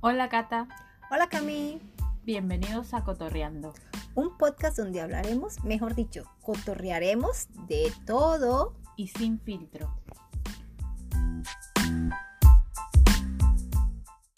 Hola Cata, Hola Cami, bienvenidos a Cotorreando. un podcast donde hablaremos, mejor dicho, cotorrearemos de todo. y sin filtro.